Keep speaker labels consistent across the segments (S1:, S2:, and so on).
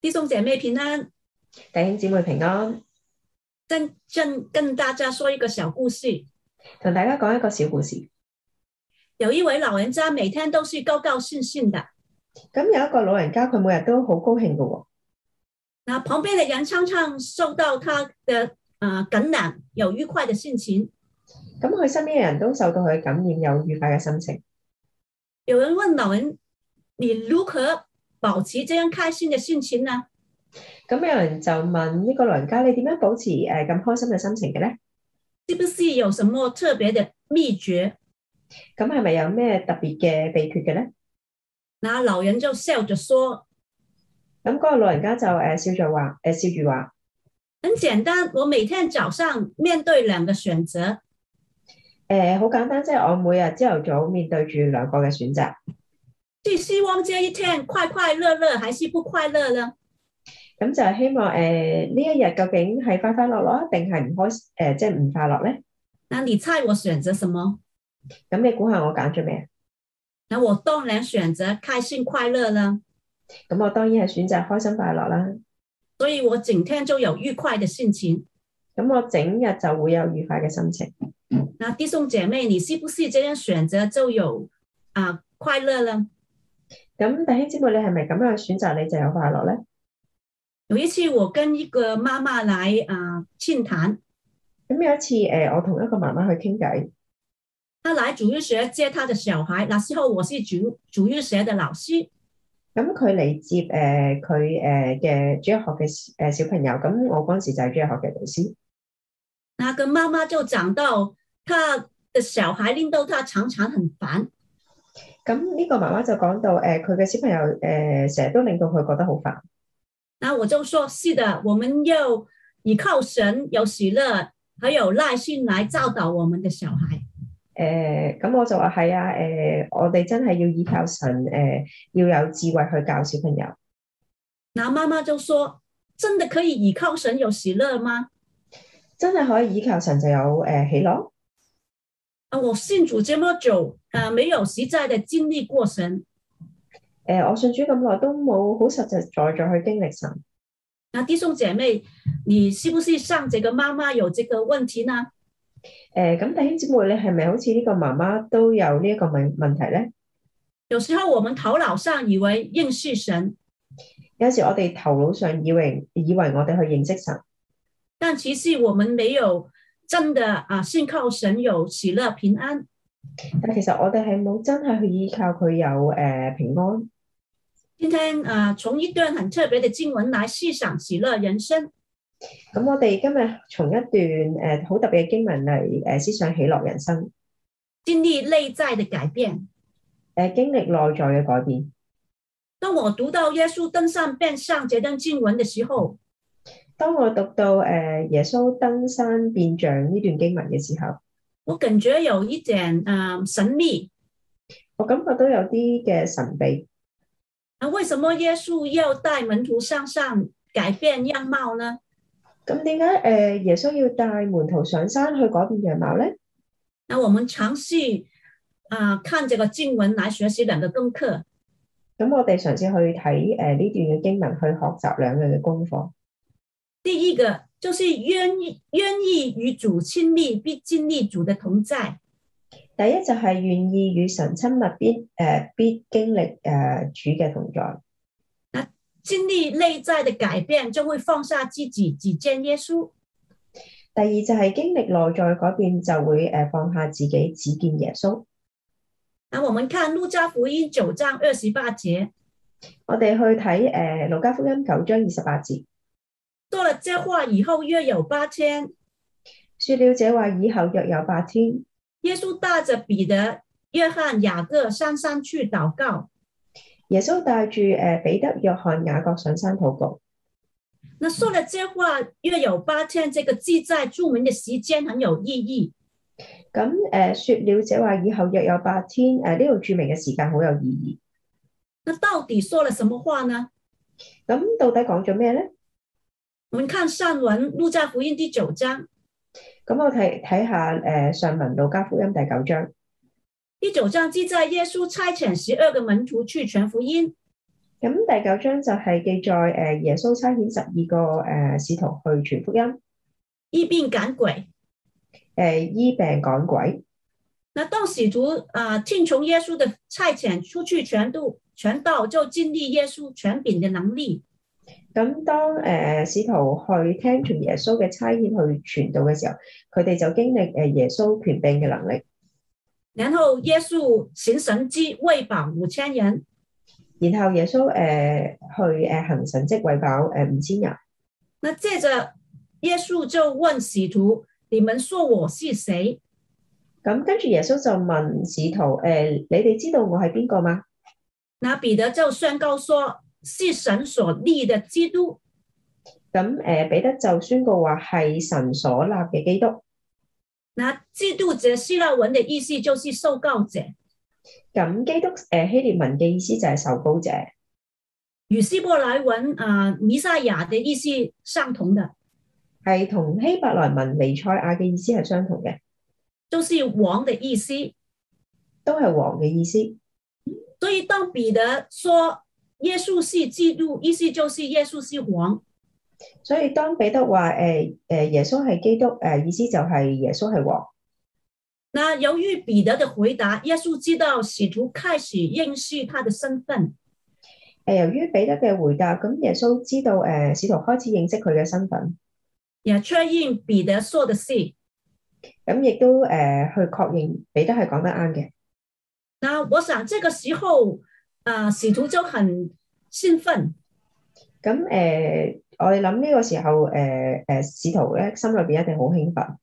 S1: 弟兄姐妹平安，
S2: 弟兄姊妹平安，
S1: 跟跟跟大家说一个小故事。
S2: 同大家講一個小故事。
S1: 有一位老人家每天都是高高兴兴的，
S2: 咁有一個老人家，佢每日都好高興嘅喎，
S1: 那旁边的人常常受到他的呃感染，有愉快的心情。
S2: 咁佢身邊嘅人都受到佢嘅感染，有愉快嘅心情。
S1: 有人问老人：“你如何保持这样开心的心情呢
S2: 咁有人就問呢個老人家：你點樣保持誒咁開心嘅心情嘅咧？？”
S1: 是不是有什么特别的秘诀？
S2: 咁係咪有咩特別嘅秘訣嘅咧？
S1: 那老人就笑着说
S2: 咁嗰個老人家就誒笑住話：誒笑住話，：“
S1: 很简单，我每天早上面对两个选择，
S2: 誒好簡單，即係我每日朝頭早面對住兩個嘅選擇，
S1: 是希望这一天快快乐乐，还是不快乐呢？”
S2: 咁就係希望誒呢一日究竟係快快樂樂啊，定係唔開誒即係唔快樂咧？
S1: 那你猜我选择什么？
S2: 咁你估下我揀咗咩啊？
S1: 那我当然选择开心快乐了，
S2: 咁我當然係選擇開心快樂啦。
S1: 所以我整天就有愉快的心情。
S2: 咁我整日就會有愉快嘅心情。
S1: 那弟兄姐妹，你是不是这样选择就有啊快乐了？
S2: 咁弟兄姊妹，你係咪咁樣選擇你就有快樂咧？
S1: 有一次我跟一个妈妈来啊庆谈，
S2: 咁有一次誒、呃我同一個媽媽去傾偈，
S1: 她来主日学接她的小孩，那时候我是主主日学的老师，
S2: 咁佢嚟接誒佢誒呃嘅主日學嘅誒、呃小朋友，咁我嗰陣時就係主日學嘅老師。
S1: 那个妈妈就讲到她的小孩令到她常常很烦，
S2: 咁呢個媽媽就講到誒佢嘅小朋友誒成日都令到佢覺得好煩。
S1: 那我就说：是的，我们要依靠神，有喜乐，还有耐心来教导我们的小孩。
S2: 誒、咁我就話係啊，誒、我哋真係要依靠神，誒、呃要有智慧去教小朋友。
S1: 那妈妈就说：真的可以依靠神有喜乐吗？
S2: 真係可以依靠神就有誒、呃喜樂。
S1: 啊，我信主这么久，呃，没有实在的经历过神。
S2: 誒、我信主咁耐都冇好實實在在去經歷神。
S1: 那弟兄姐妹，你是不是像这个妈妈有这个问题呢？
S2: 誒呃咁弟兄姊妹，你係咪好似呢個媽媽都有呢一個問問題咧？
S1: 有时候我们头脑上以为认识神，
S2: 有時我哋頭腦上以為以為我哋去認識神，
S1: 但其实我们没有真的啊信靠神有喜乐平安。
S2: 但其實我哋係冇真係去依靠佢有誒、呃平安。
S1: 今天啊、呃从一段很特别的经文来细想喜乐人生。
S2: 咁我哋今日從一段誒好、特別嘅經文嚟誒、呃思想喜樂人生，誒、
S1: 经历内在的改变。
S2: 呃經歷內在嘅改變。
S1: 当我读到耶稣登上变相这段经文的时候，
S2: 當我讀到誒、呃耶穌登山變像呢段經文嘅時候，
S1: 我感觉有一点啊、呃神秘。
S2: 我感覺到有啲嘅神秘。
S1: 啊，为什么耶稣要带门徒向上改变样貌呢？
S2: 咁點解誒耶穌要帶門徒上山去改變樣貌咧？
S1: 那我们尝试啊、呃看这个经文来学习两个功课。
S2: 咁我哋嘗試去睇誒呢段嘅經文，去學習兩樣嘅功課。
S1: 第一个就是愿意愿意与主亲密，必经历主的同在。
S2: 第一就係願意與神親密必，誒、必經歷誒、主嘅同在。
S1: 经历内在的改变，就会放下自己，只见耶稣。
S2: 第二就係經歷內在改變，就會誒、放下自己，只見耶穌。
S1: 那我们看路加福音九章二十八节，
S2: 我哋去睇誒、路加福音九章二十八節，
S1: 说了这话以后，约有八天，
S2: 説了這話以後約有八天，
S1: 耶稣带着彼得、约翰、雅各上山去祷告。
S2: 耶穌帶住誒、彼得、約翰、雅各上山禱告。
S1: 那说了这话约有八天，这个记载注明的时间很有意义。
S2: 咁誒、説了這話以後約有八天，誒呢度註明嘅時間好有意義。
S1: 那到底说了什么话呢？
S2: 咁到底講咗咩咧？
S1: 我们看上文路加福音第九章，
S2: 咁我睇睇下誒上文路加福音第九章，
S1: 第九章记载耶稣差遣十二个门徒去传福音，
S2: 咁第九章就係記載诶、呃耶穌差遣十二個诶、呃使徒去傳福音，
S1: 一病赶鬼。
S2: 诶、醫病趕鬼。
S1: 那当使徒啊听从耶稣的差遣出去传道，传道就经历耶稣权柄的能力。
S2: 咁當诶、呃使徒去聽從耶穌嘅差遣去傳道嘅時候，佢哋就經歷诶耶穌權柄嘅能力。
S1: 然后耶稣行神迹喂饱五千人，
S2: 然後耶穌誒、呃去誒行神蹟餵飽誒五千人，
S1: 那接着耶穌就问使徒：“你们说我是谁
S2: 咁跟住耶穌就問使徒誒、呃你哋知道我係邊個嗎？？”
S1: 那彼得就宣告说：“是神所立的基督。
S2: 咁誒、呃彼得就宣告話係神所立嘅基督，”
S1: 那基督者希腊文的意思就是受告者。
S2: 咁基督誒、呃希臘文嘅意思就係受膏者，
S1: 与希伯来文啊、弥赛亚的意思相同的，
S2: 係同希伯來文尼賽亞嘅意思係相同嘅，
S1: 就是王的意思。
S2: 都係王嘅意思。
S1: 所以当彼得说耶稣是基督，意思就是耶稣是王。
S2: 所以當彼得話誒誒耶穌係基督，誒、意思就係耶穌係王。
S1: 那由于彼得的回答，耶稣知道使徒开始认识他的身份，
S2: 誒、呃由於彼得嘅回答，咁耶穌知道誒、呃使徒開始認識佢嘅身份。
S1: 也确认彼得说的是。
S2: 咁亦都誒、呃去確認彼得係講得啱嘅。
S1: 那我想这个时候，啊、使徒就很兴奋，
S2: 咁誒、呃我哋諗呢個時候誒誒、呃呃使徒咧，心裏邊一定好興奮，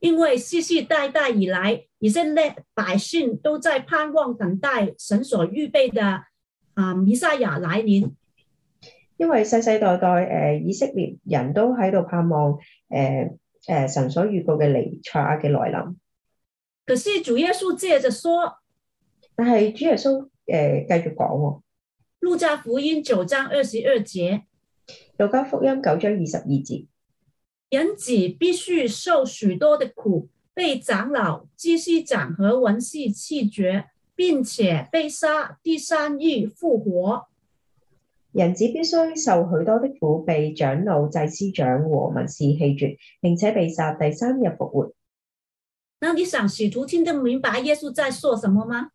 S1: 因为世世代代以来，以色列百姓都在盼望等待神所预备的啊、弥赛亚来临。
S2: 因為世世代代誒、呃以色列人都喺度盼望誒誒、呃神所預告嘅彌賽亞嘅來臨。
S1: 可是主耶稣接着说，《
S2: 但係主耶穌誒、呃、繼續講喎，《
S1: 路加福音》九章二十二节。
S2: 路加福音》九章二十二節，
S1: 人子必须受许多的苦，被长老、祭司长和文士弃绝，并且被杀，第三日复活。
S2: 人子必須受許多的苦，被長老、祭司長和文士棄絕，並且被殺，第三日復活。
S1: 那你想使徒听得明白耶稣在说什么吗？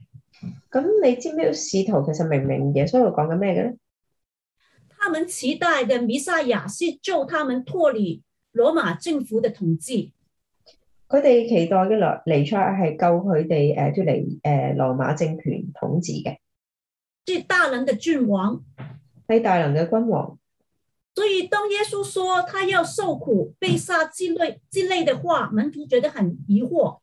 S2: 咁你知唔知使徒其實明唔明耶穌喺度講緊咩嘅咧？
S1: 他们期待的弥赛亚是救他们脱离罗马政府的统治，
S2: 佢哋期待嘅來尼賽亞係救佢哋誒脱離誒羅馬政權統治嘅，
S1: 是大能的君王。
S2: 係大能嘅君王。
S1: 所以当耶稣说他要受苦、被杀之类之类的话，门徒觉得很疑惑。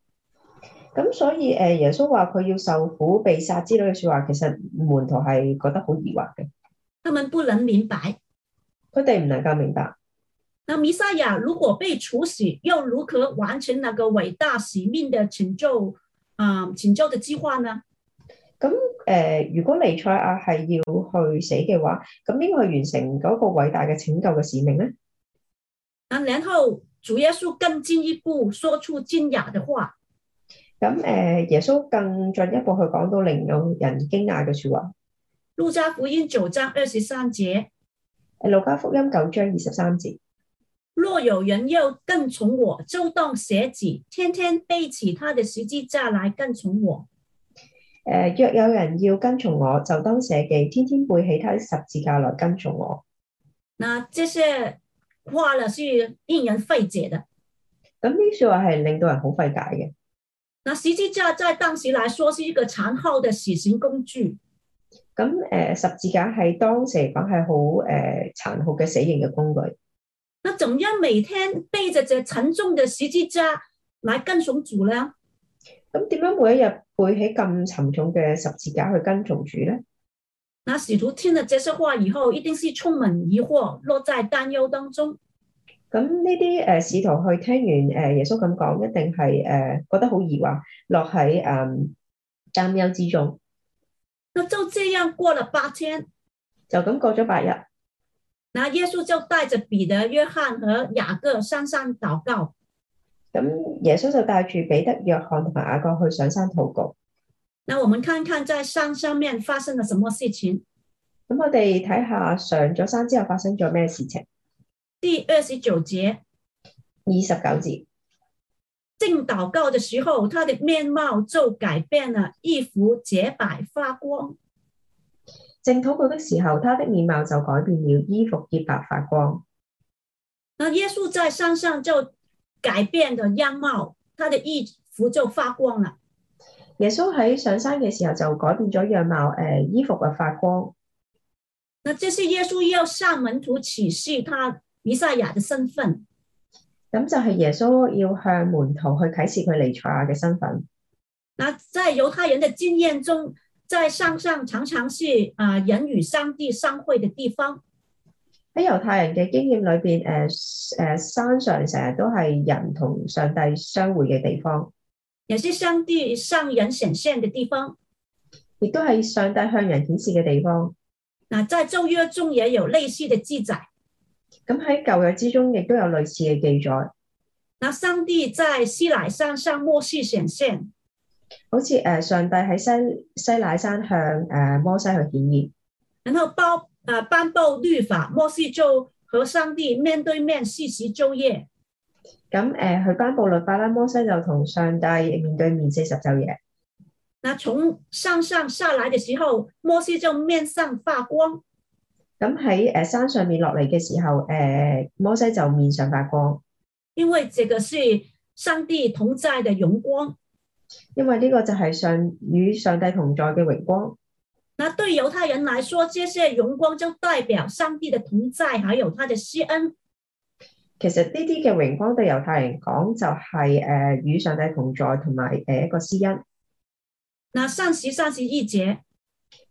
S2: 咁所以誒耶穌話佢要受苦、被殺之類嘅説話，其實門徒係覺得好疑惑嘅，
S1: 他们不能明白
S2: 佢哋唔能夠明白。
S1: 那弥赛亚如果被处死，又如何完成那个伟大使命的拯救啊、拯救的计划呢？
S2: 誒、呃如果尼賽亞係要去死嘅話，咁應該去完成嗰個偉大嘅拯救嘅使命咧。
S1: 啊，然后主耶稣更进一步说出惊讶的话，
S2: 咁誒、呃耶穌更進一步去講到令到人驚訝嘅説話，
S1: 《路加福音》九章二十三节
S2: 《呃路加福音》九章二十三節。：“
S1: 若有人要跟从我，就当舍己，天天背起他的十字架来跟从我。
S2: 誒、呃若有人要跟從我，就當捨己，天天背起他的十字架來跟從我。
S1: 那这些话呢，是令人费解的。
S2: 咁呢句話係令到人好費解嘅。
S1: 那十字架在当时来说是一个残酷的死刑工具，
S2: 咁誒、十字架係當時嚟講係好誒殘酷嘅死刑嘅工具。
S1: 那怎么样每天背着这沉重的十字架来跟从主呢？
S2: 咁點樣每一日背起咁沉重嘅十字架去跟從主咧？
S1: 那使徒听了这些话以后，一定是充满疑惑，落在担忧当中。
S2: 咁呢啲誒使徒去聽完誒、呃耶穌咁講，一定係誒、呃覺得好疑惑，落喺誒、擔憂之中。
S1: 那就这样过了八天，
S2: 就咁過咗八日，
S1: 那耶稣就带着彼得、约翰和雅各上山祷告。
S2: 咁耶穌就帶住彼得、約翰同埋雅各去上山禱告。
S1: 那我们看看在山上面发生了什么事情。
S2: 咁咁我哋睇下上咗山之後發生咗咩事情。
S1: 第二十九节，
S2: 二十九節，
S1: 正祷告的时候，他的面貌就改变了，衣服洁白发光。
S2: 正禱告的時候，他的面貌就改變了，衣服潔白發光。
S1: 那耶稣在山上就改变了样貌，他的衣服就发光了。
S2: 耶穌喺上山嘅時候就改變咗樣貌，誒、衣服啊發光。
S1: 那这是耶穌要向門徒启示他弥赛亚的身份。
S2: 咁就係耶穌要向門徒去啟示佢彌賽亞嘅身份。
S1: 那在犹太人的经验中，在山上常常是啊、呃人与上帝相会的地方。
S2: 喺猶太人嘅經驗裏邊，誒、誒山上成日都係人同上帝相會嘅地方，
S1: 也是上帝向人显现的地方。
S2: 亦都係上帝向人顯示嘅地方。
S1: 那在旧约中也有类似的记载。
S2: 咁喺舊約之中，亦都有類似嘅記載，
S1: 那上帝在西乃山上漠视显现，
S2: 好似誒、上帝喺西西乃山向誒、摩西去顯現，
S1: 然后包呃颁布律法，摩西就和上帝面对面四十昼夜。
S2: 咁誒佢頒布律法啦，摩西就同上帝面對面四十晝夜。
S1: 那从山上下来的时候，摩西就面上发光。
S2: 咁喺誒山上面落嚟嘅時候，誒、呃摩西就面上發光，
S1: 因为这个是上帝同在的荣光。
S2: 因為呢個就係上與上帝同在嘅榮光。
S1: 那对犹太人来说，这些荣光就代表上帝的同在，还有他的施恩。
S2: 其實呢啲嘅榮光對猶太人講就係、誒、與上帝同在同埋呃誒一個施恩。
S1: 那三十三十一节，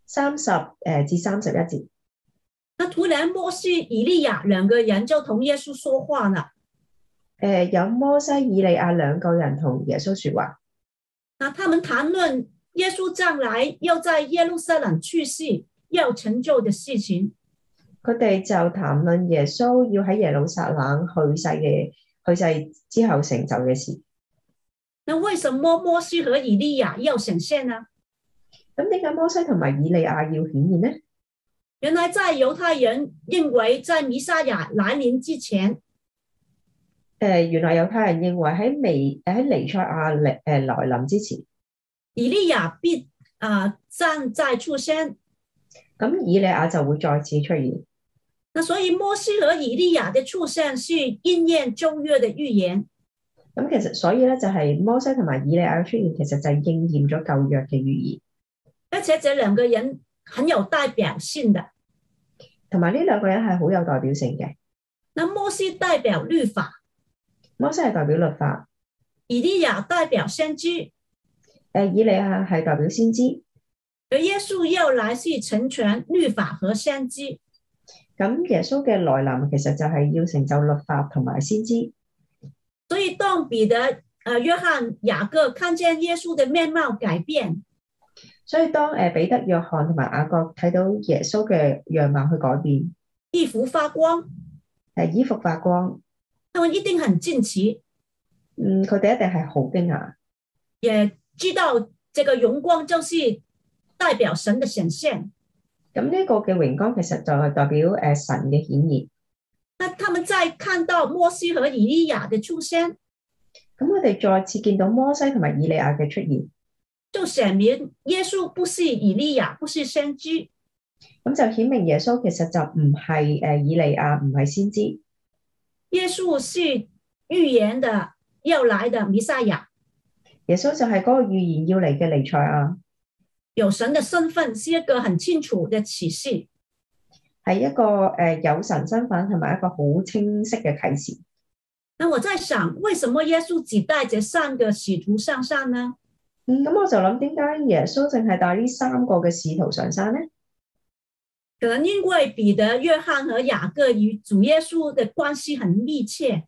S2: 三十誒至三十一節，
S1: 那突然摩西、以利亚两个人就同耶稣说话了。
S2: 誒、呃有摩西、以利亞兩個人同耶穌説話，
S1: 那他们谈论耶稣将来要在耶路撒冷去世要成就的事情。
S2: 佢哋就談論耶穌要喺耶路撒冷去世嘅去世之後成就嘅事。
S1: 那为什么摩西和以利亚要显现呢？
S2: 咁點解摩西同埋以利亞要顯現呢？
S1: 原来在犹太人认为，在弥赛亚来临之前，
S2: 誒、呃原來猶太人認為喺彌誒喺尼賽亞嚟誒來臨之前，
S1: 以利亚必啊、呃站在出现。
S2: 咁以利亞就會再次出現。
S1: 那所以摩西和以利亚的出现是应验旧约的预言。
S2: 咁其實所以咧就係摩西同埋以利亞嘅出現，其實就係應驗咗舊約嘅預言，
S1: 而且这两个人很有代表性的。
S2: 同埋呢兩個人係好有代表性嘅。
S1: 那摩西代表律法，
S2: 摩西係代表律法，
S1: 以利亚代表先知，
S2: 誒呃以利亞係代表先知，
S1: 而耶稣要来是成全律法和先知。
S2: 咁耶穌嘅來臨其實就係要成就律法同埋先知。
S1: 所以当彼得、呃约翰、雅各看见耶稣的面貌改变，
S2: 所以當誒彼得、約翰同埋雅各睇到耶穌嘅樣貌去改變，
S1: 衣服发光，
S2: 誒衣服發光，
S1: 他们一定很惊奇，
S2: 嗯，佢哋一定係好驚訝，
S1: 也知道这个荣光就是代表神的显现。
S2: 咁呢個嘅榮光其實就係代表誒神嘅顯現。
S1: 那他们在看到摩西和以利亚的出现，
S2: 咁我哋再次見到摩西同埋以利亞嘅出現，
S1: 就显明耶穌不是以利亚，不是先知，
S2: 咁就顯明耶穌其實就唔係誒以利亞，唔係先知，
S1: 耶穌是预言的要来的弥赛亚，
S2: 耶穌就係嗰個預言要嚟嘅彌賽亞，
S1: 有神的身份是一个很清楚的启示。
S2: 係一個誒有神身份同埋一個好清晰嘅啟示。
S1: 那我在想，为什么耶稣只带着三个使徒上山呢？
S2: 嗯，咁我就諗點解耶穌淨係帶呢三個嘅使徒上山呢？
S1: 可能因为彼得、约翰和雅各与主耶稣的关系很密切，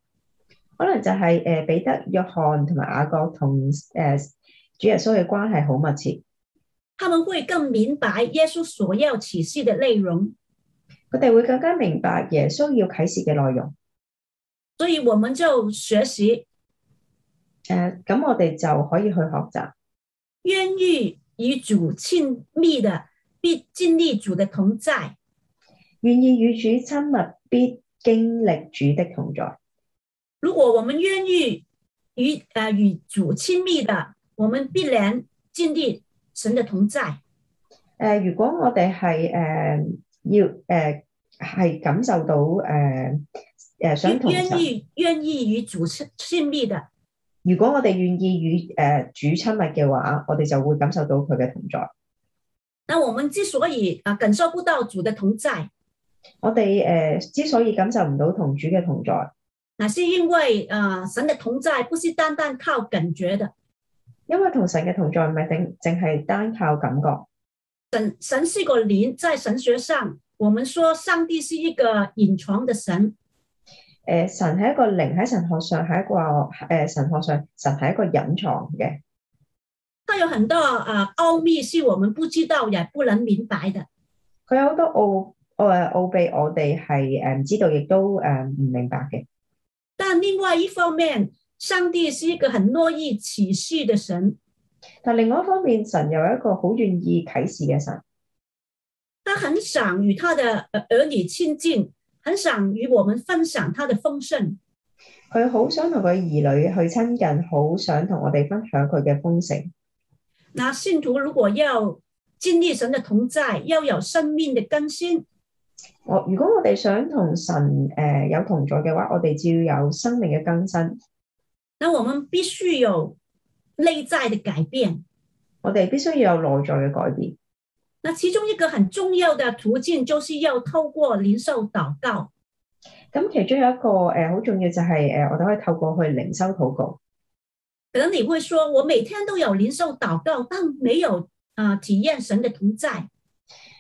S2: 可能就係誒彼得、約翰同埋雅各同誒主耶穌嘅關係好密切，
S1: 他们会更明白耶稣所要启示的内容。
S2: 佢哋會更加明白耶穌要啟示嘅內容。
S1: 所以我们就学习，
S2: 誒，呃咁我哋就可以去學習。
S1: 愿意与主亲密的，必经历主的同在。
S2: 願意與主親密，必經歷主的同在。
S1: 如果我们愿意与呃与主亲密的，我们必然经历神的同在。
S2: 诶、呃如果我哋係诶要诶係感受到诶诶、呃想同神，
S1: 愿意愿意与主亲亲密的，
S2: 如果我哋願意與诶、呃主親密嘅話，我哋就會感受到佢嘅同在。
S1: 那我们之所以啊感受不到主的同在，
S2: 我哋诶、呃之所以感受唔到同主嘅同在，
S1: 那是因为啊、呃神的同在不是单单靠感觉的，
S2: 因為同神嘅同在唔係定淨係單靠感覺。
S1: 神神是个灵，在神学上我们说上帝是一个隐藏的神，
S2: 诶、呃神係一個靈喺神學上係一個诶、神學上神係一個隱藏嘅，
S1: 它有很多啊、奥秘是我们不知道也不能明白的。
S2: 佢有好多奧诶奥秘，呃我哋係呃诶唔知道，亦都诶唔明白嘅。
S1: 但另外一方面，上帝是一个很乐意启示的神，
S2: 但另外一方面，神又係一個好願意啟示嘅神，
S1: 他很想与他的呃儿女亲近，很想与我们分享他的丰盛。
S2: 佢好想同佢兒女去親近，好想同我哋分享佢嘅豐盛。
S1: 那信徒如果要经历神的同在，要有生命的更新，
S2: 我如果我哋想同神诶、呃有同在嘅話，我哋就要有生命嘅更新，
S1: 那我们必须有内在的改变。
S2: 我哋必須要有內在嘅改變。
S1: 那其中一个很重要的途径，就是要透过灵受祷告。
S2: 咁其中有一個诶好、重要就係呃我哋可以透過去靈修禱告。
S1: 可能你会说，我每天都有灵受祷告，但没有啊、呃体验神的同在。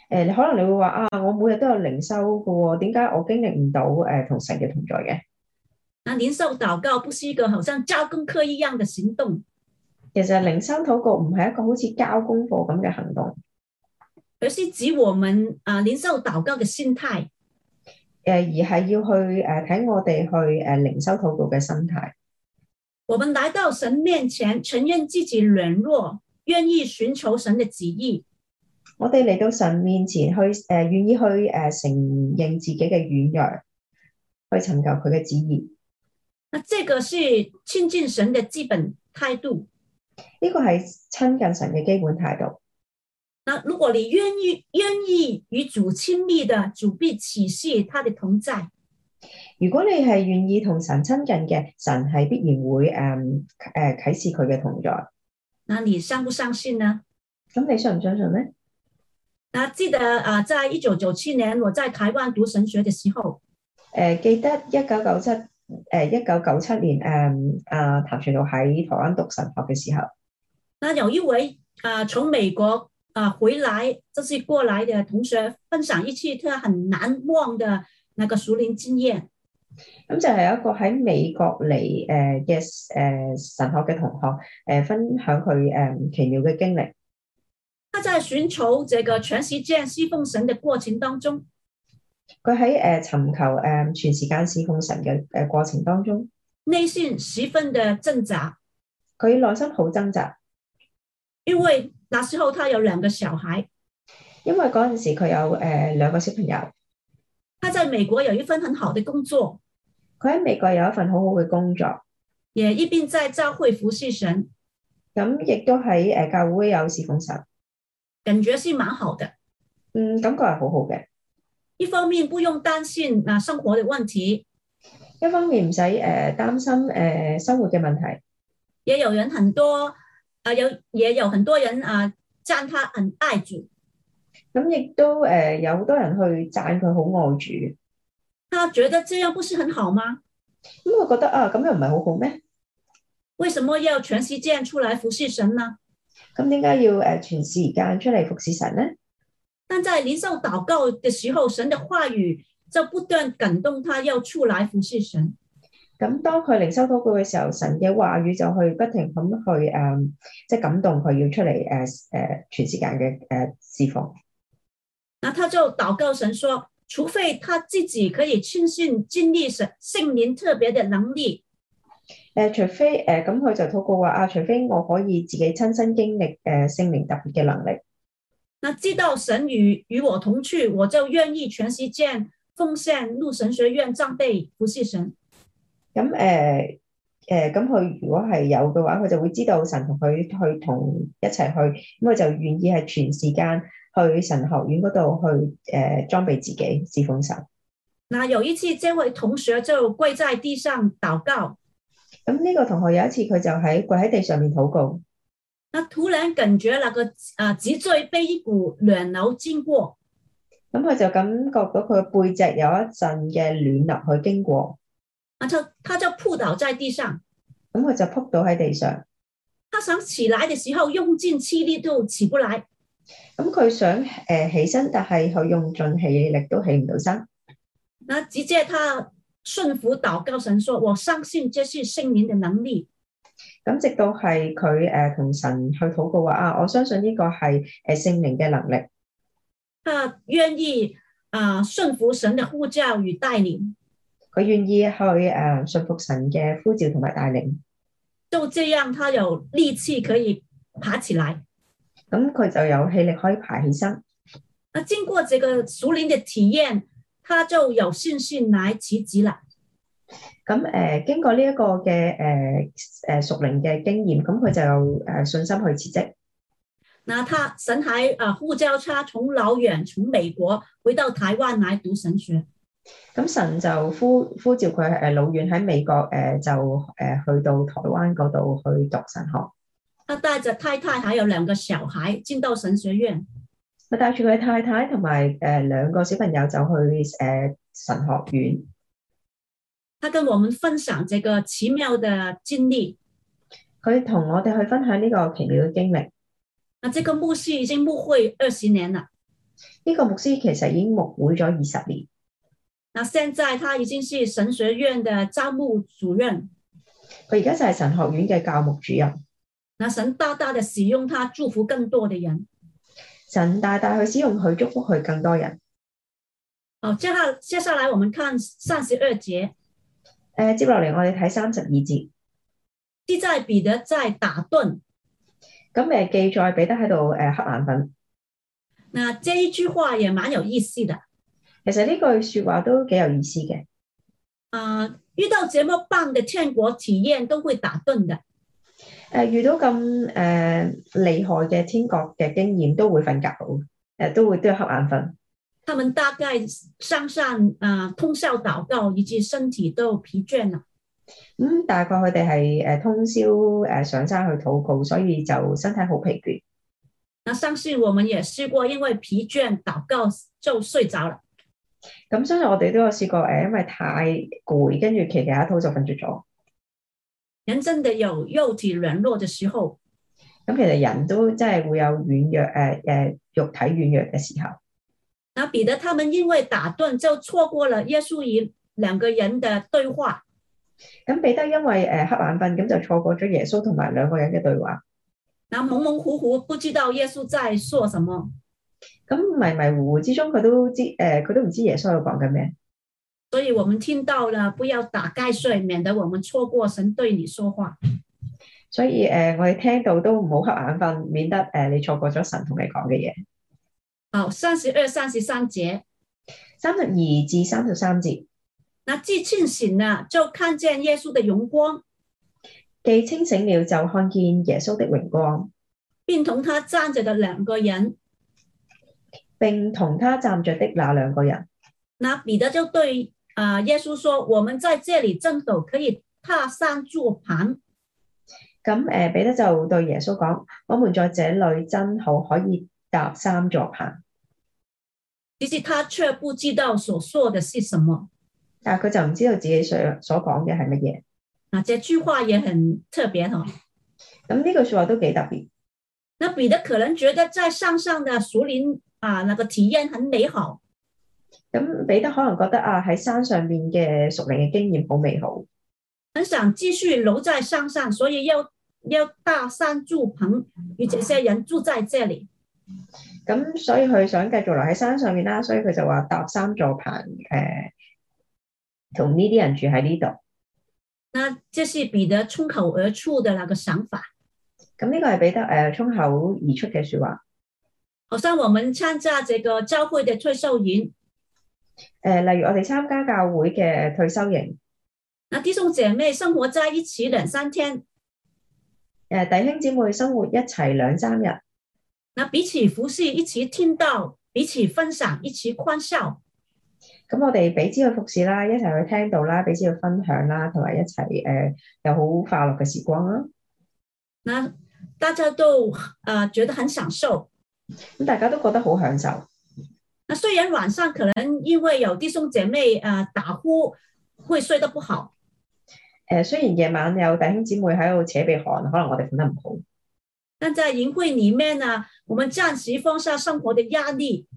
S2: 誒，你可能你會話啊，我每日都有靈修嘅喎，點解我經歷唔到誒同神嘅同在嘅？
S1: 那灵受祷告不是一个好像交功课一样的行动，
S2: 其實靈修禱告唔係一個好似交功課咁嘅行動，
S1: 而是指我们啊灵受祷告的心态。
S2: 誒呃而係要去誒睇我哋去誒靈修禱告嘅心態。
S1: 我们来到神面前，承认自己软弱，愿意寻求神的旨意，
S2: 我哋嚟到神面前去誒願意去誒承認自己嘅軟弱，去尋求佢嘅旨意。
S1: 那这个是亲近神的基本态度。
S2: 呢個係親近神嘅基本態度。
S1: 那如果你愿意愿意与主亲密的，主必启示他的同在。
S2: 如果你係願意同神親近嘅，神係必然會誒誒啟示佢嘅同在。
S1: 那你相不相信呢？
S2: 咁你相唔相信咧？
S1: 那记得啊、呃在一九九七年我在台湾读神学的时候，
S2: 誒、記呃得一九九七誒一九九七年誒啊譚傳道喺台灣讀神學嘅時候，
S1: 那有一位啊、呃从美国啊、呃回来，就是过来的同学分享一次他很难忘的那个熟龄经验。
S2: 咁就係有一個喺美國嚟誒嘅誒神學嘅同學誒、分享佢誒、奇妙嘅經歷。
S1: 他在寻求这个全时间侍奉神的过程当中，
S2: 佢喺誒尋求誒、全時間侍奉神嘅誒過程當中，
S1: 内心十分的挣扎，
S2: 佢內心好掙扎，
S1: 因为那时候他有两个小孩，
S2: 因為嗰陣時佢有誒、呃兩個小朋友，
S1: 他在美国有一份很好的工作，
S2: 佢喺美國有一份好好嘅工作，
S1: 也一边在教会服侍神，
S2: 咁亦都喺誒教會有侍奉神，
S1: 感觉是蛮好的。
S2: 嗯，感覺係好好嘅。
S1: 一方面不用担心啊生活的问题，
S2: 一方面唔使誒擔心誒、呃生活嘅問題，
S1: 也有人很多啊有也有很多人啊赞他很爱主，
S2: 咁亦都誒、呃有好多人去讚佢好愛主，咁
S1: 他觉得这样不是很好吗？
S2: 我覺得啊，咁又唔係好好咩？
S1: 为什么要全时间出来服侍神呢？
S2: 咁點解要誒、呃全時間出嚟服侍神咧？
S1: 但在灵受祷告的时候，神的话语就不断感动他要出来服侍神。
S2: 咁當佢靈修禱告嘅時候，神嘅話語就去不停咁去誒、呃即係感動佢要出嚟誒誒全時間嘅誒侍奉。
S1: 那他就祷告神说，除非他自己可以亲信经历神圣灵特别的能力，
S2: 誒、呃除非誒咁呃佢就禱告話啊，除非我可以自己親身經歷誒、呃、聖靈特別嘅能力。
S1: 那知道神与与我同去，我就愿意全时间奉献入神学院装备服侍神。
S2: 咁誒誒，咁佢如果係有嘅話，佢就會知道神同佢去同一齊去，咁佢就願意係全時間去神學院嗰度去誒、裝備自己侍奉神。
S1: 那有一次，这位同学就跪在地上祷告，
S2: 咁呢個同學有一次佢就喺跪喺地上面禱告，
S1: 那突然感觉那个啊脊椎被一股暖流经过，
S2: 咁佢就感覺到佢背脊有一陣嘅暖流去經過，
S1: 那就他就扑倒在地上。
S2: 咁佢就撲到喺地上。
S1: 他想起来的时候，用尽气力都起不来。
S2: 咁佢想誒、起身，但係佢用盡氣力都起唔到身。
S1: 那直接他顺服祷告神说：“我相信这是圣灵的能力。
S2: 咁直到係佢誒同神去禱告話啊，我相信呢個係誒聖靈嘅能力。”
S1: 他愿意啊、顺服神的呼叫与带领。
S2: 佢願意去誒信服神嘅呼召同埋帶領，
S1: 就这样，他有力气可以爬起来。
S2: 咁佢就有氣力可以爬起身。
S1: 那经过这个熟灵的体验，他就有信心来辞职了。
S2: 咁誒、呃、經過呢一個嘅誒誒熟靈嘅經驗，咁佢就有誒信心去辭職。
S1: 那他神还啊呼叫他从老远从美国回到台湾来读神学。
S2: 咁神就呼呼召佢誒老遠喺美國誒、呃就誒、呃去到台灣嗰度去讀神學。
S1: 他带着太太还有两个小孩进到神学院。
S2: 佢帶住佢太太同埋誒兩個小朋友就去誒、呃神學院。
S1: 他跟我们分享这个奇妙的经历。
S2: 佢同我哋去分享呢個奇妙嘅經歷。
S1: 那这个牧师已经牧会二十年了，
S2: 呢、個牧師其實已經牧會咗二十年。
S1: 那现在他已经是神学院的招募主任。
S2: 佢而家就係神學院嘅教牧主任，
S1: 那神大大的使用他，祝福更多的人。
S2: 神大大去使用佢，祝福佢更多人。
S1: 好，接下接下来我们看三十二节，
S2: 诶、接落嚟我哋睇三十二節，
S1: 记载彼得在打盹。
S2: 咁诶记載彼得喺度诶瞌眼瞓。
S1: 那这一句话也蛮有意思的
S2: 其實呢句说話都幾有意思嘅。
S1: 啊、遇到这么棒的天国体验，都会打盹的。
S2: 诶、遇到咁诶厉害嘅天國嘅經驗，都會瞓覺好，诶、都會都要瞌眼瞓。
S1: 他们大概上上啊、通宵祷告，以及身体都疲倦了。
S2: 咁、大概佢哋係诶通宵诶、上山去禱告，所以就身體好疲倦。
S1: 那上次我们也试过，因为疲倦祷告就睡着了。
S2: 咁相信我哋都有試過诶、因為太攰，跟住其其他套就瞓着咗。
S1: 人真的有肉体软弱的时候，
S2: 咁其實人都真係會有軟弱誒誒、呃肉體軟弱嘅時候。
S1: 那彼得他们因为打盹就错过了耶稣与两个人的对话。
S2: 咁彼得因為誒、呃瞌眼瞓，咁就錯過咗耶穌同埋兩個人嘅對話。
S1: 那蒙蒙糊糊不知道耶稣在说什么，
S2: 咁迷迷糊糊之中，佢都知誒，呃佢、都唔知耶穌喺度講緊咩。
S1: 所以我们听到了，不要打瞌睡，免得我们错过神对你说话。
S2: 所以誒、呃我哋聽到都唔好瞌眼瞓，免得誒、呃你錯過咗神同你講嘅嘢。
S1: 好，三十二、三十三节，
S2: 三十二至三十三節，
S1: 那既清醒了，就看见耶稣的荣光，
S2: 既清醒了就看見耶穌的榮光，
S1: 并同他站着的两个人。
S2: 並同他站着的那兩個人。
S1: 那彼得就对啊、呃耶穌说：“我们在这里正斗，可以踏上坐盘。
S2: 咁誒、呃彼得就對耶穌講：我們在這裏真好，可以搭三座棚。
S1: 其实他却不知道所说的是什么。
S2: 但係佢就唔知道自己所所講嘅係乜嘢。
S1: 啊，这句话也很特别哈、哦。
S2: 咁呢句説話都幾特別。
S1: 那彼得可能觉得在上上的熟林啊那个体验很美好，
S2: 咁彼得可能覺得啊，喺山上面嘅熟齡嘅經驗好美好，
S1: 很想继续留在上上，所以要要大山住棚，与这些人住在这里。
S2: 咁所以佢想繼續留喺山上面啦，所以佢就話搭三座棚誒，同呢啲人住喺呢度。
S1: 那这是彼得冲口而出的那个想法。
S2: 咁呢個係彼得誒、呃、衝口而出嘅説話。
S1: 好像我们参加这个教会的退休营，
S2: 誒，呃例如我哋參加教會嘅退休營，
S1: 那弟兄姐妹生活在一起两三天，
S2: 誒呃弟兄姊妹生活一齊兩三日，
S1: 那彼此服侍，一起听到，彼此分享，一起欢笑。
S2: 咁我哋彼此去服侍啦，一齊去聽到啦，彼此去分享啦，同埋一齊誒、有好快樂嘅時光啦。
S1: 那大家都呃觉得很享受。
S2: 咁大家都覺得好享受。
S1: 那虽然晚上可能因为有弟兄姐妹呃打呼，会睡得不好，
S2: 誒、呃雖然夜晚有弟兄姊妹喺度扯鼻鼾，可能我哋瞓得唔好，
S1: 但在营会里面呢，我们暂时放下生活的压力，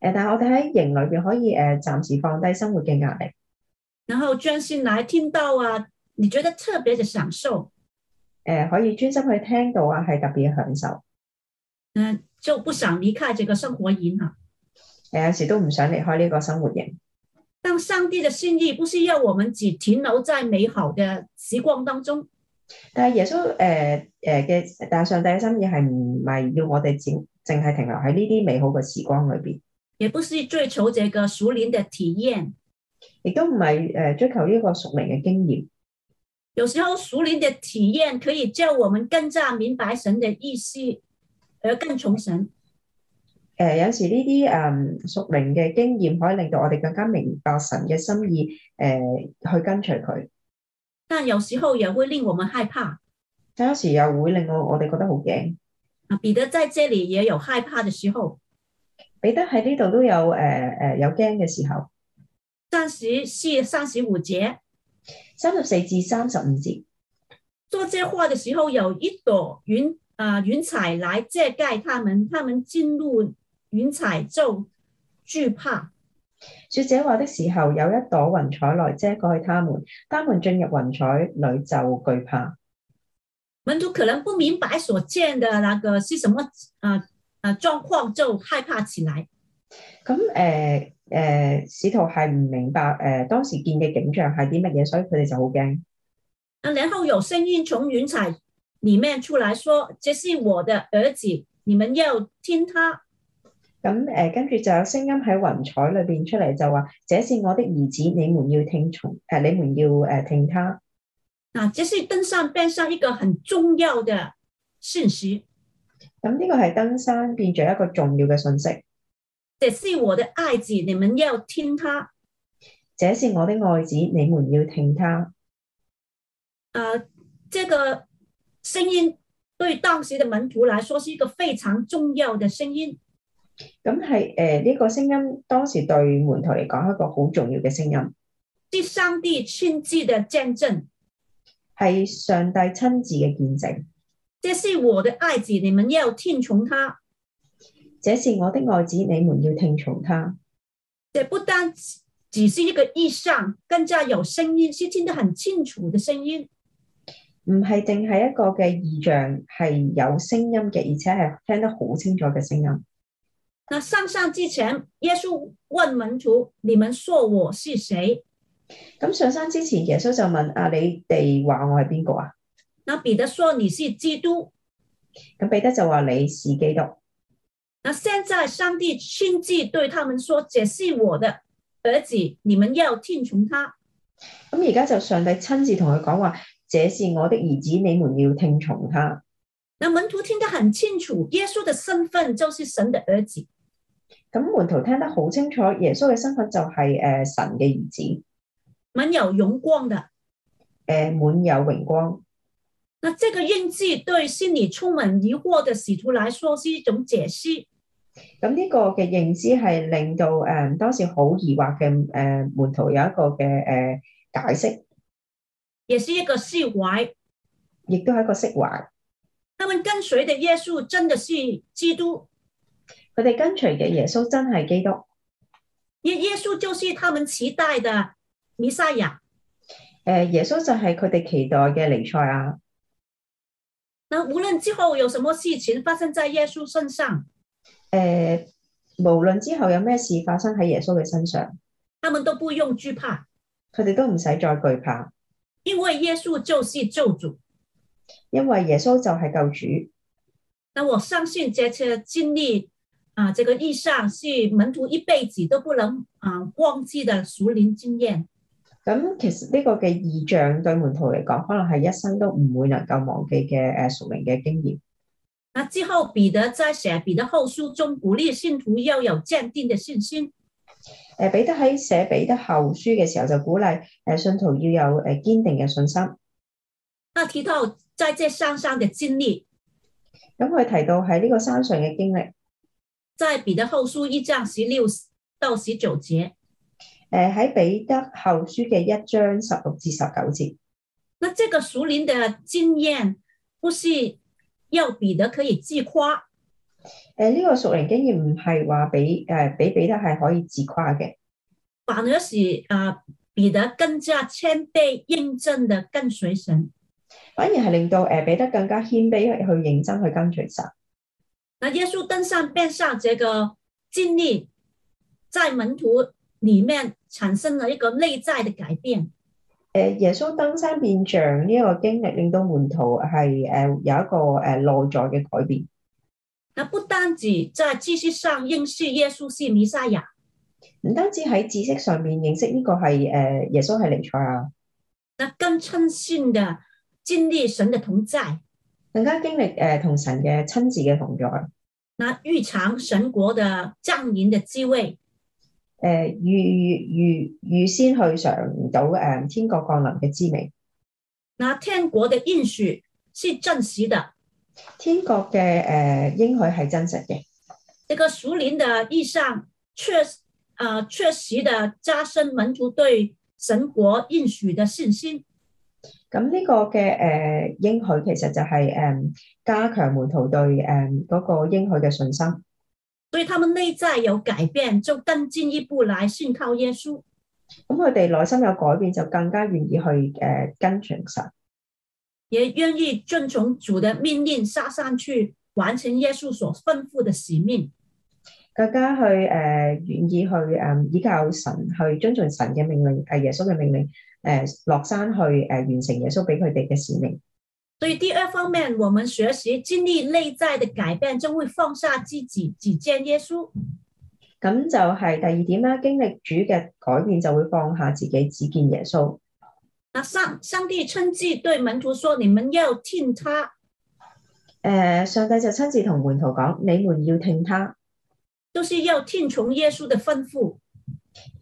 S2: 呃誒，但係我哋喺營裏邊可以誒、暫時放低生活嘅壓力，誒、
S1: 然后专心来听到啊，你觉得特别的享受，
S2: 呃可以專心去聽到啊，係特別嘅享受。
S1: 嗯，就不想离开这个生活营啊。
S2: 誒、呃有時都唔想離開呢個生活營，
S1: 但上帝的心意不是要我们只停留在美好的时光当中，
S2: 但係耶穌誒誒嘅，但係上帝嘅心意係唔係要我哋只淨係停留喺呢啲美好嘅時光裏邊，
S1: 也不是追求这个熟龄的体验。
S2: 亦都唔係誒追求呢個熟齡嘅經驗。
S1: 有时候熟龄的体验可以叫我们更加明白神的意思，而更从神。
S2: 誒、呃有時呢啲誒熟齡嘅經驗可以令到我哋更加明白神嘅心意，誒、去跟隨佢。
S1: 但有时候也会令我们害怕。
S2: 但有時又會令我我哋覺得好驚。
S1: 啊，彼得在这里也有害怕的时候，
S2: 彼得喺呢度都有誒誒、呃有驚嘅時候。
S1: 三十四、三十五节
S2: 三十四至三十五節，
S1: 说这话的时候，有一朵云啊、云彩来遮盖他们，他们进入云彩就惧怕。
S2: 説這話的時候，有一朵雲彩來遮蓋他們，他們進入雲彩裏就懼怕。
S1: 门徒可能不明白所见的那个是什么啊啊、状况，就害怕起来。
S2: 咁誒誒，使徒係唔明白誒、呃、當時見嘅景象係啲乜嘢，所以佢哋就好驚。
S1: 啊，然后有声音从云彩里面出来说：“这是我的儿子，你们要听他。
S2: 咁誒、呃跟住就有聲音喺雲彩裏邊出嚟，就話：這是我的兒子，你們要聽從，誒、你們要誒、呃聽他。
S1: 啊，这是登山变上一个很重要的信息。
S2: 咁呢個係登山變咗一個重要嘅信息。
S1: 这是我的爱子，你们要听他。
S2: 這是我的愛子，你們要聽他。
S1: 呃，这个声音对当时的门徒来说是一个非常重要的声音。
S2: 咁係誒呢個聲音，當時對門徒嚟講係一個好重要嘅聲音，
S1: 是上帝亲自的见证。
S2: 係上帝親自嘅見證。
S1: 这是我的爱子，你们要听从他。
S2: 這是我的愛子，你們要聽從他。
S1: 这不单只是一个意象，更加有声音，是听得很清楚的声音。
S2: 唔係淨係一個嘅意象，係有聲音嘅，而且係聽得好清楚嘅聲音。
S1: 那上山之前，耶稣问门徒：“你们说我是谁
S2: 咁上山之前，耶穌就問：啊，你哋話我係邊個啊？？”
S1: 那彼得说：“你是基督。
S2: 咁彼得就話：你是基督。”
S1: 那现在上帝亲自对他们说：“这是我的儿子，你们要听从他。”
S2: 咁而家就上帝親自同佢講話：這是我的兒子，你們要聽從他。
S1: 那门徒听得很清楚，耶稣的身份就是神的儿子。
S2: 咁門徒聽得好清楚，耶穌嘅身份就係誒神嘅兒子，
S1: 蛮有荣光的。
S2: 誒滿有榮光。
S1: 那这个印记对心里充满疑惑的使徒来说是一种解释。
S2: 咁呢個嘅認知係令到誒當時好疑惑嘅誒門徒有一個嘅呃誒解釋，
S1: 也是一个释怀。
S2: 亦都係一個釋懷。
S1: 他们跟随的耶稣真的是基督，
S2: 佢哋跟隨嘅耶穌真係基督，
S1: 耶耶稣就是他们期待的弥赛亚。
S2: 誒呃耶穌就係佢哋期待嘅彌賽亞。
S1: 那无论之后有什么事情发生在耶稣身上，
S2: 誒無論之後有咩事發生喺耶穌嘅身上，
S1: 他们都不用惧怕，
S2: 佢哋都唔使再懼怕，
S1: 因为耶稣就是救主。
S2: 因為耶穌就係救主。
S1: 那我相信这次经历啊、这个意向是门徒一辈子都不能啊、忘记的熟龄经验。
S2: 咁其實呢個嘅意象對門徒嚟講，可能係一生都唔會能夠忘記嘅誒屬靈嘅經驗。
S1: 那之后，彼得在写彼得后书中鼓励信徒要有坚定的信心。
S2: 誒彼得喺寫彼得後書嘅時候就鼓勵誒信徒要有誒堅定嘅信心。
S1: 那提到在这山上的经历，
S2: 咁佢提到喺呢個山上嘅經歷，
S1: 在彼得后书一章十六到十九节，
S2: 誒喺彼得後書嘅一章十六至十九節，
S1: 那这个熟龄的经验不是要彼得可以自夸，
S2: 誒呢個屬靈經驗唔係話俾誒俾彼得係可以自誇嘅，
S1: 反而使啊、呃彼得更加谦卑认真的跟随神。
S2: 反而係令到誒彼得更加謙卑去認真去跟隨神。
S1: 那耶稣登上变上这个经历，在门徒里面产生了一个内在的改变。
S2: 誒呃耶穌登山變像呢一個經歷，令到門徒係誒有一個誒內在嘅改變。
S1: 那不单只在知识上认识耶稣是弥赛亚，
S2: 唔單止喺知識上面認識呢個係誒耶穌係彌賽亞，
S1: 那更深信的经历神的同在，
S2: 更加經歷誒同神嘅親自嘅同在，
S1: 那预尝神国的降临的滋味。
S2: 誒呃預預預先去嘗唔到誒天國降臨嘅滋味。
S1: 那天国的应许是真实的，
S2: 天國嘅誒應許係真實嘅，
S1: 这个属灵的意象确呃确实的加深门徒对神国应许的信心。
S2: 咁呢個嘅誒應許其實就係誒加強門徒對誒嗰個應許嘅信心，
S1: 所以他们内在有改变，就更进一步来信靠耶稣。
S2: 咁佢哋內心有改變，就更加願意去誒跟隨神，
S1: 也愿意遵从主的命令，下山去完成耶稣所吩咐的使命。
S2: 更加去誒呃願意去誒依靠神，去遵從神嘅命令，誒耶穌嘅命令，誒落山去誒完成耶穌俾佢哋嘅使命。
S1: 所以第二方面，我们学习经历内在的改变，就会放下自己，只见耶稣。
S2: 咁就係第二點啦，經歷主嘅改變就會放下自己，只見耶穌。
S1: 那上上帝亲自对门徒说：“你们要听他。
S2: 誒、呃上帝就親自同門徒講：你們要聽他，”
S1: 就是要听从耶稣的吩咐，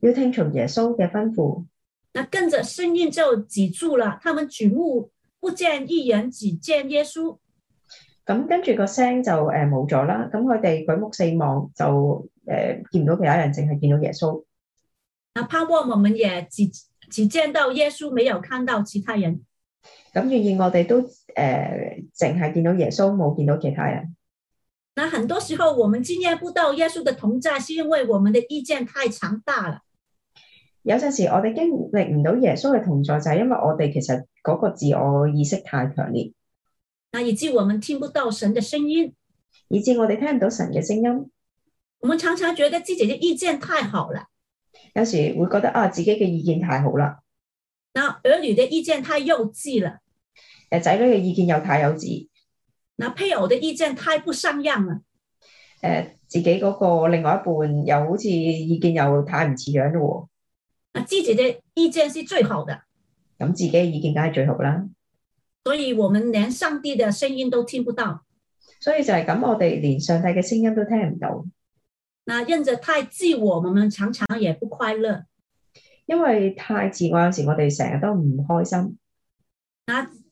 S2: 要聽從耶穌嘅吩咐。
S1: 那跟着声音就止住了。他们举目不见一人，只见耶稣。
S2: 咁跟住個聲就誒冇咗啦。咁佢哋舉目四望，就誒、見唔到其他人，淨係見到耶穌。
S1: 那盼望我们也只只见到耶稣，没有看到其他人。
S2: 咁願意我哋都誒，呃淨係見到耶穌，冇見到其他人。
S1: 那很多时候我们经验不到耶稣的同在，是因为我们的意见太强大了。
S2: 有陣時我哋經歷唔到耶穌嘅同在，就係、因為我哋其實嗰個自我意識太強烈，
S1: 那以致我们听不到神的声音。
S2: 以致我哋聽唔到神嘅聲音。
S1: 我们常常觉得自己的意见太好了，
S2: 有時會覺得啊，自己嘅意見太好啦，
S1: 那儿女的意见太幼稚了，
S2: 誒呃仔女嘅意見又太幼稚，
S1: 那配偶的意见太不上样了。
S2: 誒、呃自己嗰個另外一半又好似意見又太唔似樣咯
S1: 那自己的意见是最好的，
S2: 喎。咁自己嘅意見梗係最好啦。
S1: 所以我们连上帝的声音都听不到。
S2: 所以就係咁，我哋連上帝嘅聲音都聽唔到，
S1: 那认着太自我，我们常常也不快乐。
S2: 因為太自我。有時我哋成日都唔開心。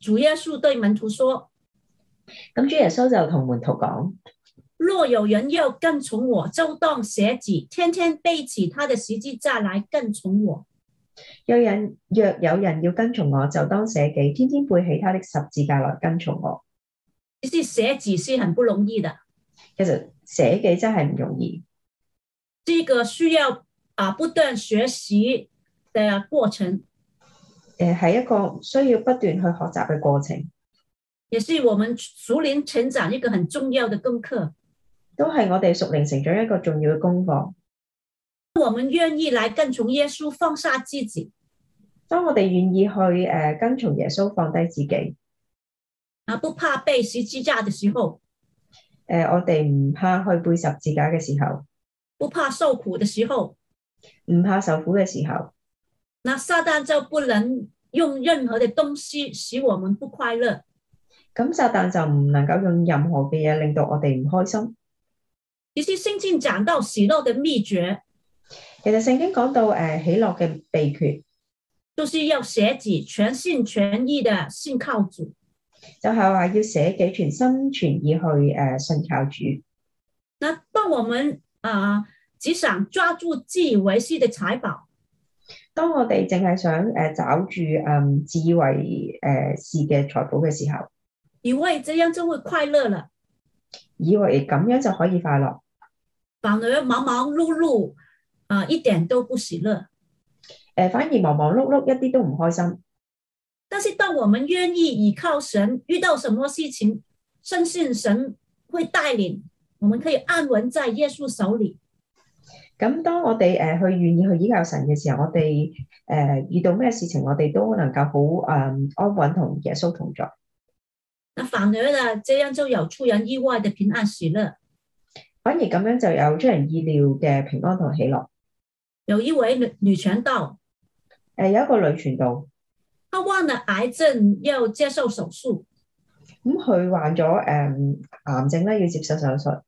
S1: 主耶稣对门徒说
S2: 咁主耶穌就同門徒講。：“
S1: 若有人要跟从我，就当舍己，天天背起他的十字架来跟从我。
S2: 有人若有人要跟從我，就當捨己，天天背起他的十字架來跟從我。”
S1: 其实舍己是很不容易的，
S2: 其實捨己真係唔容易，
S1: 是一个需要啊不断学习的过程，
S2: 誒係一個需要不斷去學習嘅過程，
S1: 也是我们熟龄成长一个很重要的功课。
S2: 都係我哋熟齡成長一個重要嘅功課。
S1: 我们愿意来跟从耶稣，放下自己
S2: 當我哋願意去誒、呃跟從耶穌，放低自己，
S1: 啊，不怕被十字架的时候，
S2: 诶、我哋唔怕去背十字架嘅時候，
S1: 不怕受苦的时候，
S2: 唔怕受苦嘅時候，
S1: 那撒旦就不能用任何的东西使我们不快乐。
S2: 咁撒旦就唔能夠用任何嘅嘢令到我哋唔開心。
S1: 其实圣经讲到喜乐的秘诀，
S2: 其實聖經講到诶、喜樂嘅秘訣，
S1: 就是要舍己，全心全意的信靠主。
S2: 就係話要捨己全心全意去诶、呃信靠主。
S1: 那当我们啊、呃只想抓住自以为是的财宝，
S2: 當我哋淨係想诶、找住嗯智慧诶是嘅財寶嘅時候，
S1: 以为这样就会快乐了，
S2: 以為咁樣就可以快樂，
S1: 反而忙忙碌碌啊、一点都不喜乐。
S2: 诶、呃反而忙忙碌碌一啲都唔開心。
S1: 但是当我们愿意倚靠神，遇到什么事情，深信神会带领，我们可以安稳在耶稣手里。
S2: 咁當我哋诶、去願意去依靠神嘅時候，我哋诶、遇到咩事情，我哋都能夠好诶、安穩同耶穌同在。
S1: 那反而呢，这样就有出人意外的平安喜乐。
S2: 反而咁樣就有出人意料嘅平安同喜樂。
S1: 有一位女女传道，
S2: 誒、有一個女傳道，
S1: 她患了癌症，要接受手术。
S2: 咁佢患咗誒、癌症咧，要接受手術。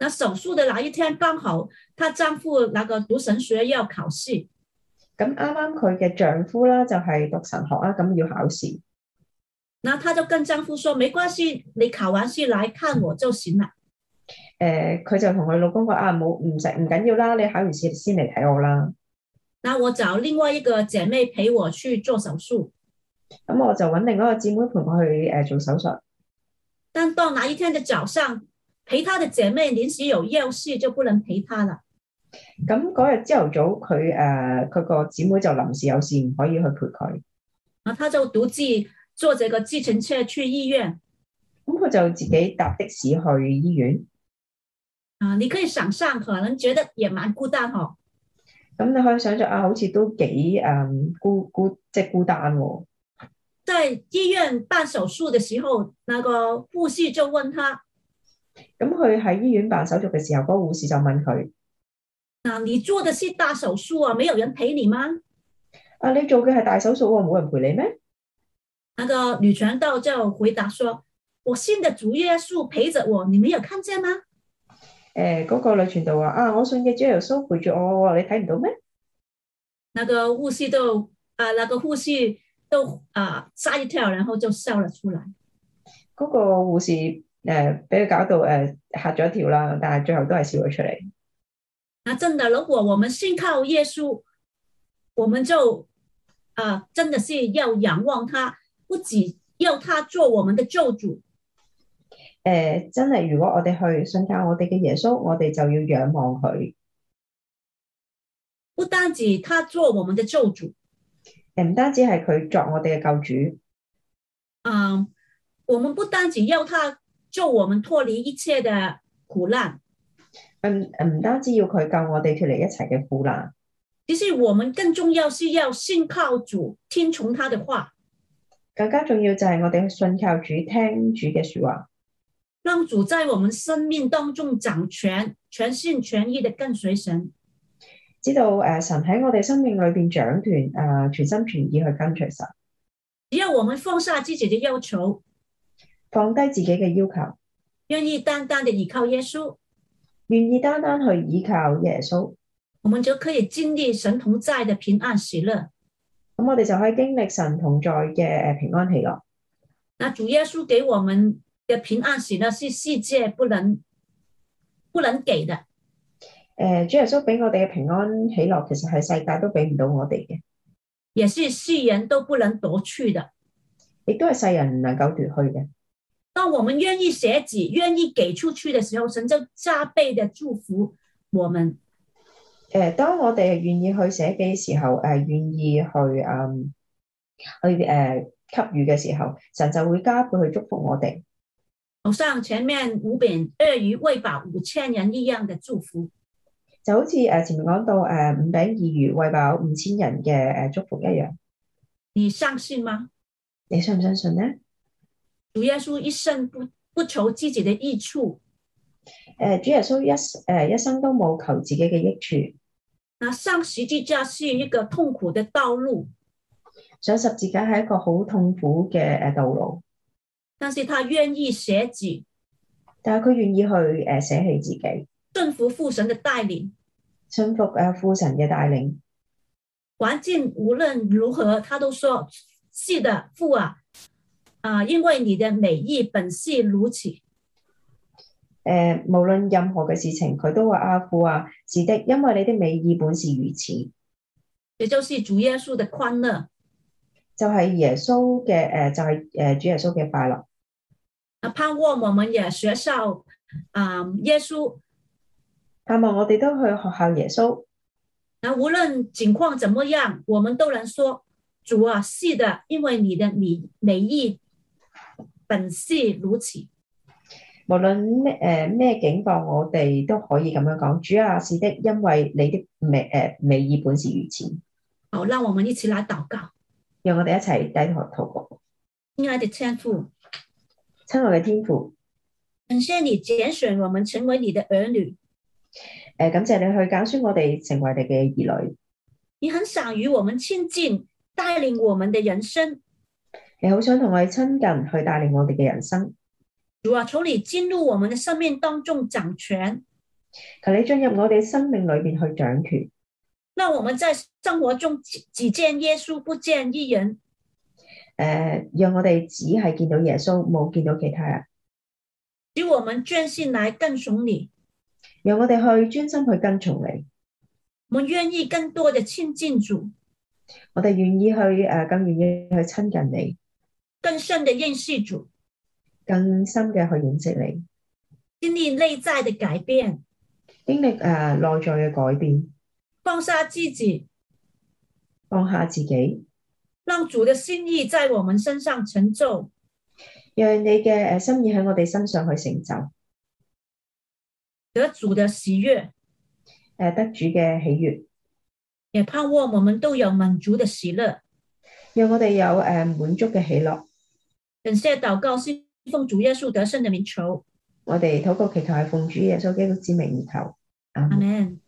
S1: 那手术的那一天，刚好她丈夫那个读神学要考试，
S2: 咁啱啱佢嘅丈夫啦，就係讀神學啦，咁要考試。
S1: 那她就跟丈夫说：“没关系，你考完试来看我就行了。
S2: 誒、佢就同佢老公講啊，冇唔使唔緊要啦，你考完試先嚟睇我啦。”
S1: 那我找另外一个姐妹陪我去做手术。
S2: 咁我就揾另外一個姊妹陪我去誒、做手術。
S1: 但到哪一天的早上，陪她的姐妹临时有要事，就不能陪她了。
S2: 咁嗰日朝頭早，佢誒佢個姊妹就臨時有事唔可以去陪佢，
S1: 然后她就独自坐这个计程车去医院。
S2: 咁佢就自己搭的士去醫院。
S1: 啊，你可以想象，可能觉得也蛮孤单哦。
S2: 咁你可以想象啊，好似都幾誒、孤孤即係孤單喎、
S1: 在医院办手术的时候，那个护士就问她
S2: 咁佢喺醫院辦手續嘅時候，嗰、個護士就問佢：：“
S1: 啊，你做的是大手术啊，没有人陪你吗
S2: 啊，你做嘅係大手術喎，冇人陪你咩？？”
S1: 那个女传道就回答说：“我信的主耶稣陪着我，你没有看见吗？”
S2: 誒、呃嗰、個女傳道話：啊，我信嘅主耶穌陪住我喎，你睇唔到咩？
S1: 那个护士都啊、那个护士都啊、吓一跳，然后就笑了出来。
S2: 嗰、個護士誒俾佢搞到誒、呃嚇咗一跳啦，但係最後都係笑咗出嚟。
S1: 那真的，如果我们信靠耶稣，我们就啊、真的是要仰望他，不仅要他做我们的救主，
S2: 誒、呃真係如果我哋去信靠我哋嘅耶穌，我哋就要仰望佢。
S1: 不单止他做我们的救主，
S2: 誒呃唔單止係佢作我哋嘅救主，
S1: 啊、我们不单止要他救我们脱离一切的苦难，
S2: 嗯唔單止要佢救我哋脱離一切嘅苦難，
S1: 其实我们更重要是要信靠主，听从他的话，
S2: 更加重要就係我哋去信靠主，聽主嘅説話。
S1: 让主在我们生命当中掌权，全心全意的跟随神。
S2: 知道誒、呃神喺我哋生命裏邊掌權，誒、全心全意去跟隨神，
S1: 只要我们放下自己的要求，
S2: 放低自己嘅要求，
S1: 愿意单单的依靠耶稣，
S2: 願意單單去倚靠耶穌，
S1: 我们就可以经历神同在的平安喜乐。
S2: 咁我哋就可以經歷神同在嘅誒平安喜樂。
S1: 那主耶稣给我们的平安喜乐是世界不能不能给的，
S2: 誒、呃主耶穌俾我哋嘅平安喜樂，其實係世界都俾唔到我哋嘅，
S1: 也是世人都不能夺去的。
S2: 亦都係世人唔能夠奪去嘅。
S1: 当我们愿意舍己、愿意给出去的时候，神就加倍的祝福我们。
S2: 誒、呃當我哋願意去捨己嘅時候，誒、呃願意去嗯去誒、呃給予嘅時候，神就會加倍去祝福我哋。
S1: 好像前面五饼鳄鱼喂饱五千人一样的祝福。
S2: 就好似誒前面講到誒五餅二魚餵飽五千人嘅誒呃祝福一樣，
S1: 你相信吗？
S2: 你相唔相信咧？
S1: 主耶稣一生不不求自己的益处，
S2: 誒呃主耶穌一誒一生都冇求自己嘅益處，
S1: 那上十字架是一个痛苦的道路，
S2: 上十字架係一個好痛苦嘅呃誒道路，
S1: 但是他愿意舍己，
S2: 但係佢願意去誒捨棄自己，
S1: 顺服父神的带领。
S2: 信服誒父神嘅帶領。
S1: 环境无论如何，他都说：“是的，父啊，啊、因为你的美意本是如此。”
S2: 誒、呃無論任何嘅事情，佢都話阿父啊，是的，因為你的美意本是如此，
S1: 也就是主耶稣的欢乐。
S2: 就係、耶穌嘅誒，就係、誒主耶穌嘅快樂。
S1: 那盼望我们也学效啊、耶稣。
S2: 盼望我哋都去學效耶穌，
S1: 那无论情况怎么样，我们都能说主啊，是的，因为你的美美意本是如此。
S2: 無論咩誒咩境況，我哋都可以咁樣講。主啊，是的，因為你的美誒、呃美意本是如此。
S1: 好，让我们一起来祷告。
S2: 讓我哋一齊低頭禱告，
S1: 亲爱的天父，
S2: 親愛嘅天父，
S1: 感谢你拣选我们成为你的儿女，
S2: 誒、呃感謝你去揀選我哋成為你嘅兒女，
S1: 你很想与我们亲近，带领我们的人生。
S2: 你好想同我哋親近，去帶領我哋嘅人生。
S1: 主啊，求你进入我们的生命当中掌权，
S2: 求你進入我哋生命裏邊去掌權。
S1: 让我们在生活中只只见耶稣，不见一人。
S2: 誒、讓呃我哋只係見到耶穌，冇見到其他人。
S1: 使我们专心来跟从你。
S2: 讓我哋去專心去跟從你，
S1: 我们愿意更多的亲近主，
S2: 我哋願意去誒、更願意去親近你，
S1: 更深的认识主，
S2: 更深嘅去認識你，
S1: 经历内在的改变，
S2: 經歷誒、內呃在嘅改變，
S1: 放下自己，
S2: 放下自己，
S1: 让主的心意在我们身上成就。
S2: 讓你嘅誒、心意喺我哋身上去成就，誒、
S1: 得主的喜悦，
S2: 呃得主嘅喜悅，
S1: 也盼望我们都有满足的喜乐。
S2: 讓我哋有誒、滿足嘅喜樂。
S1: 感谢祷告，是奉主耶稣得胜的名求，
S2: 我哋禱告祈求係奉主耶穌基督之名而求，阿
S1: 阿
S2: 門。
S1: 门。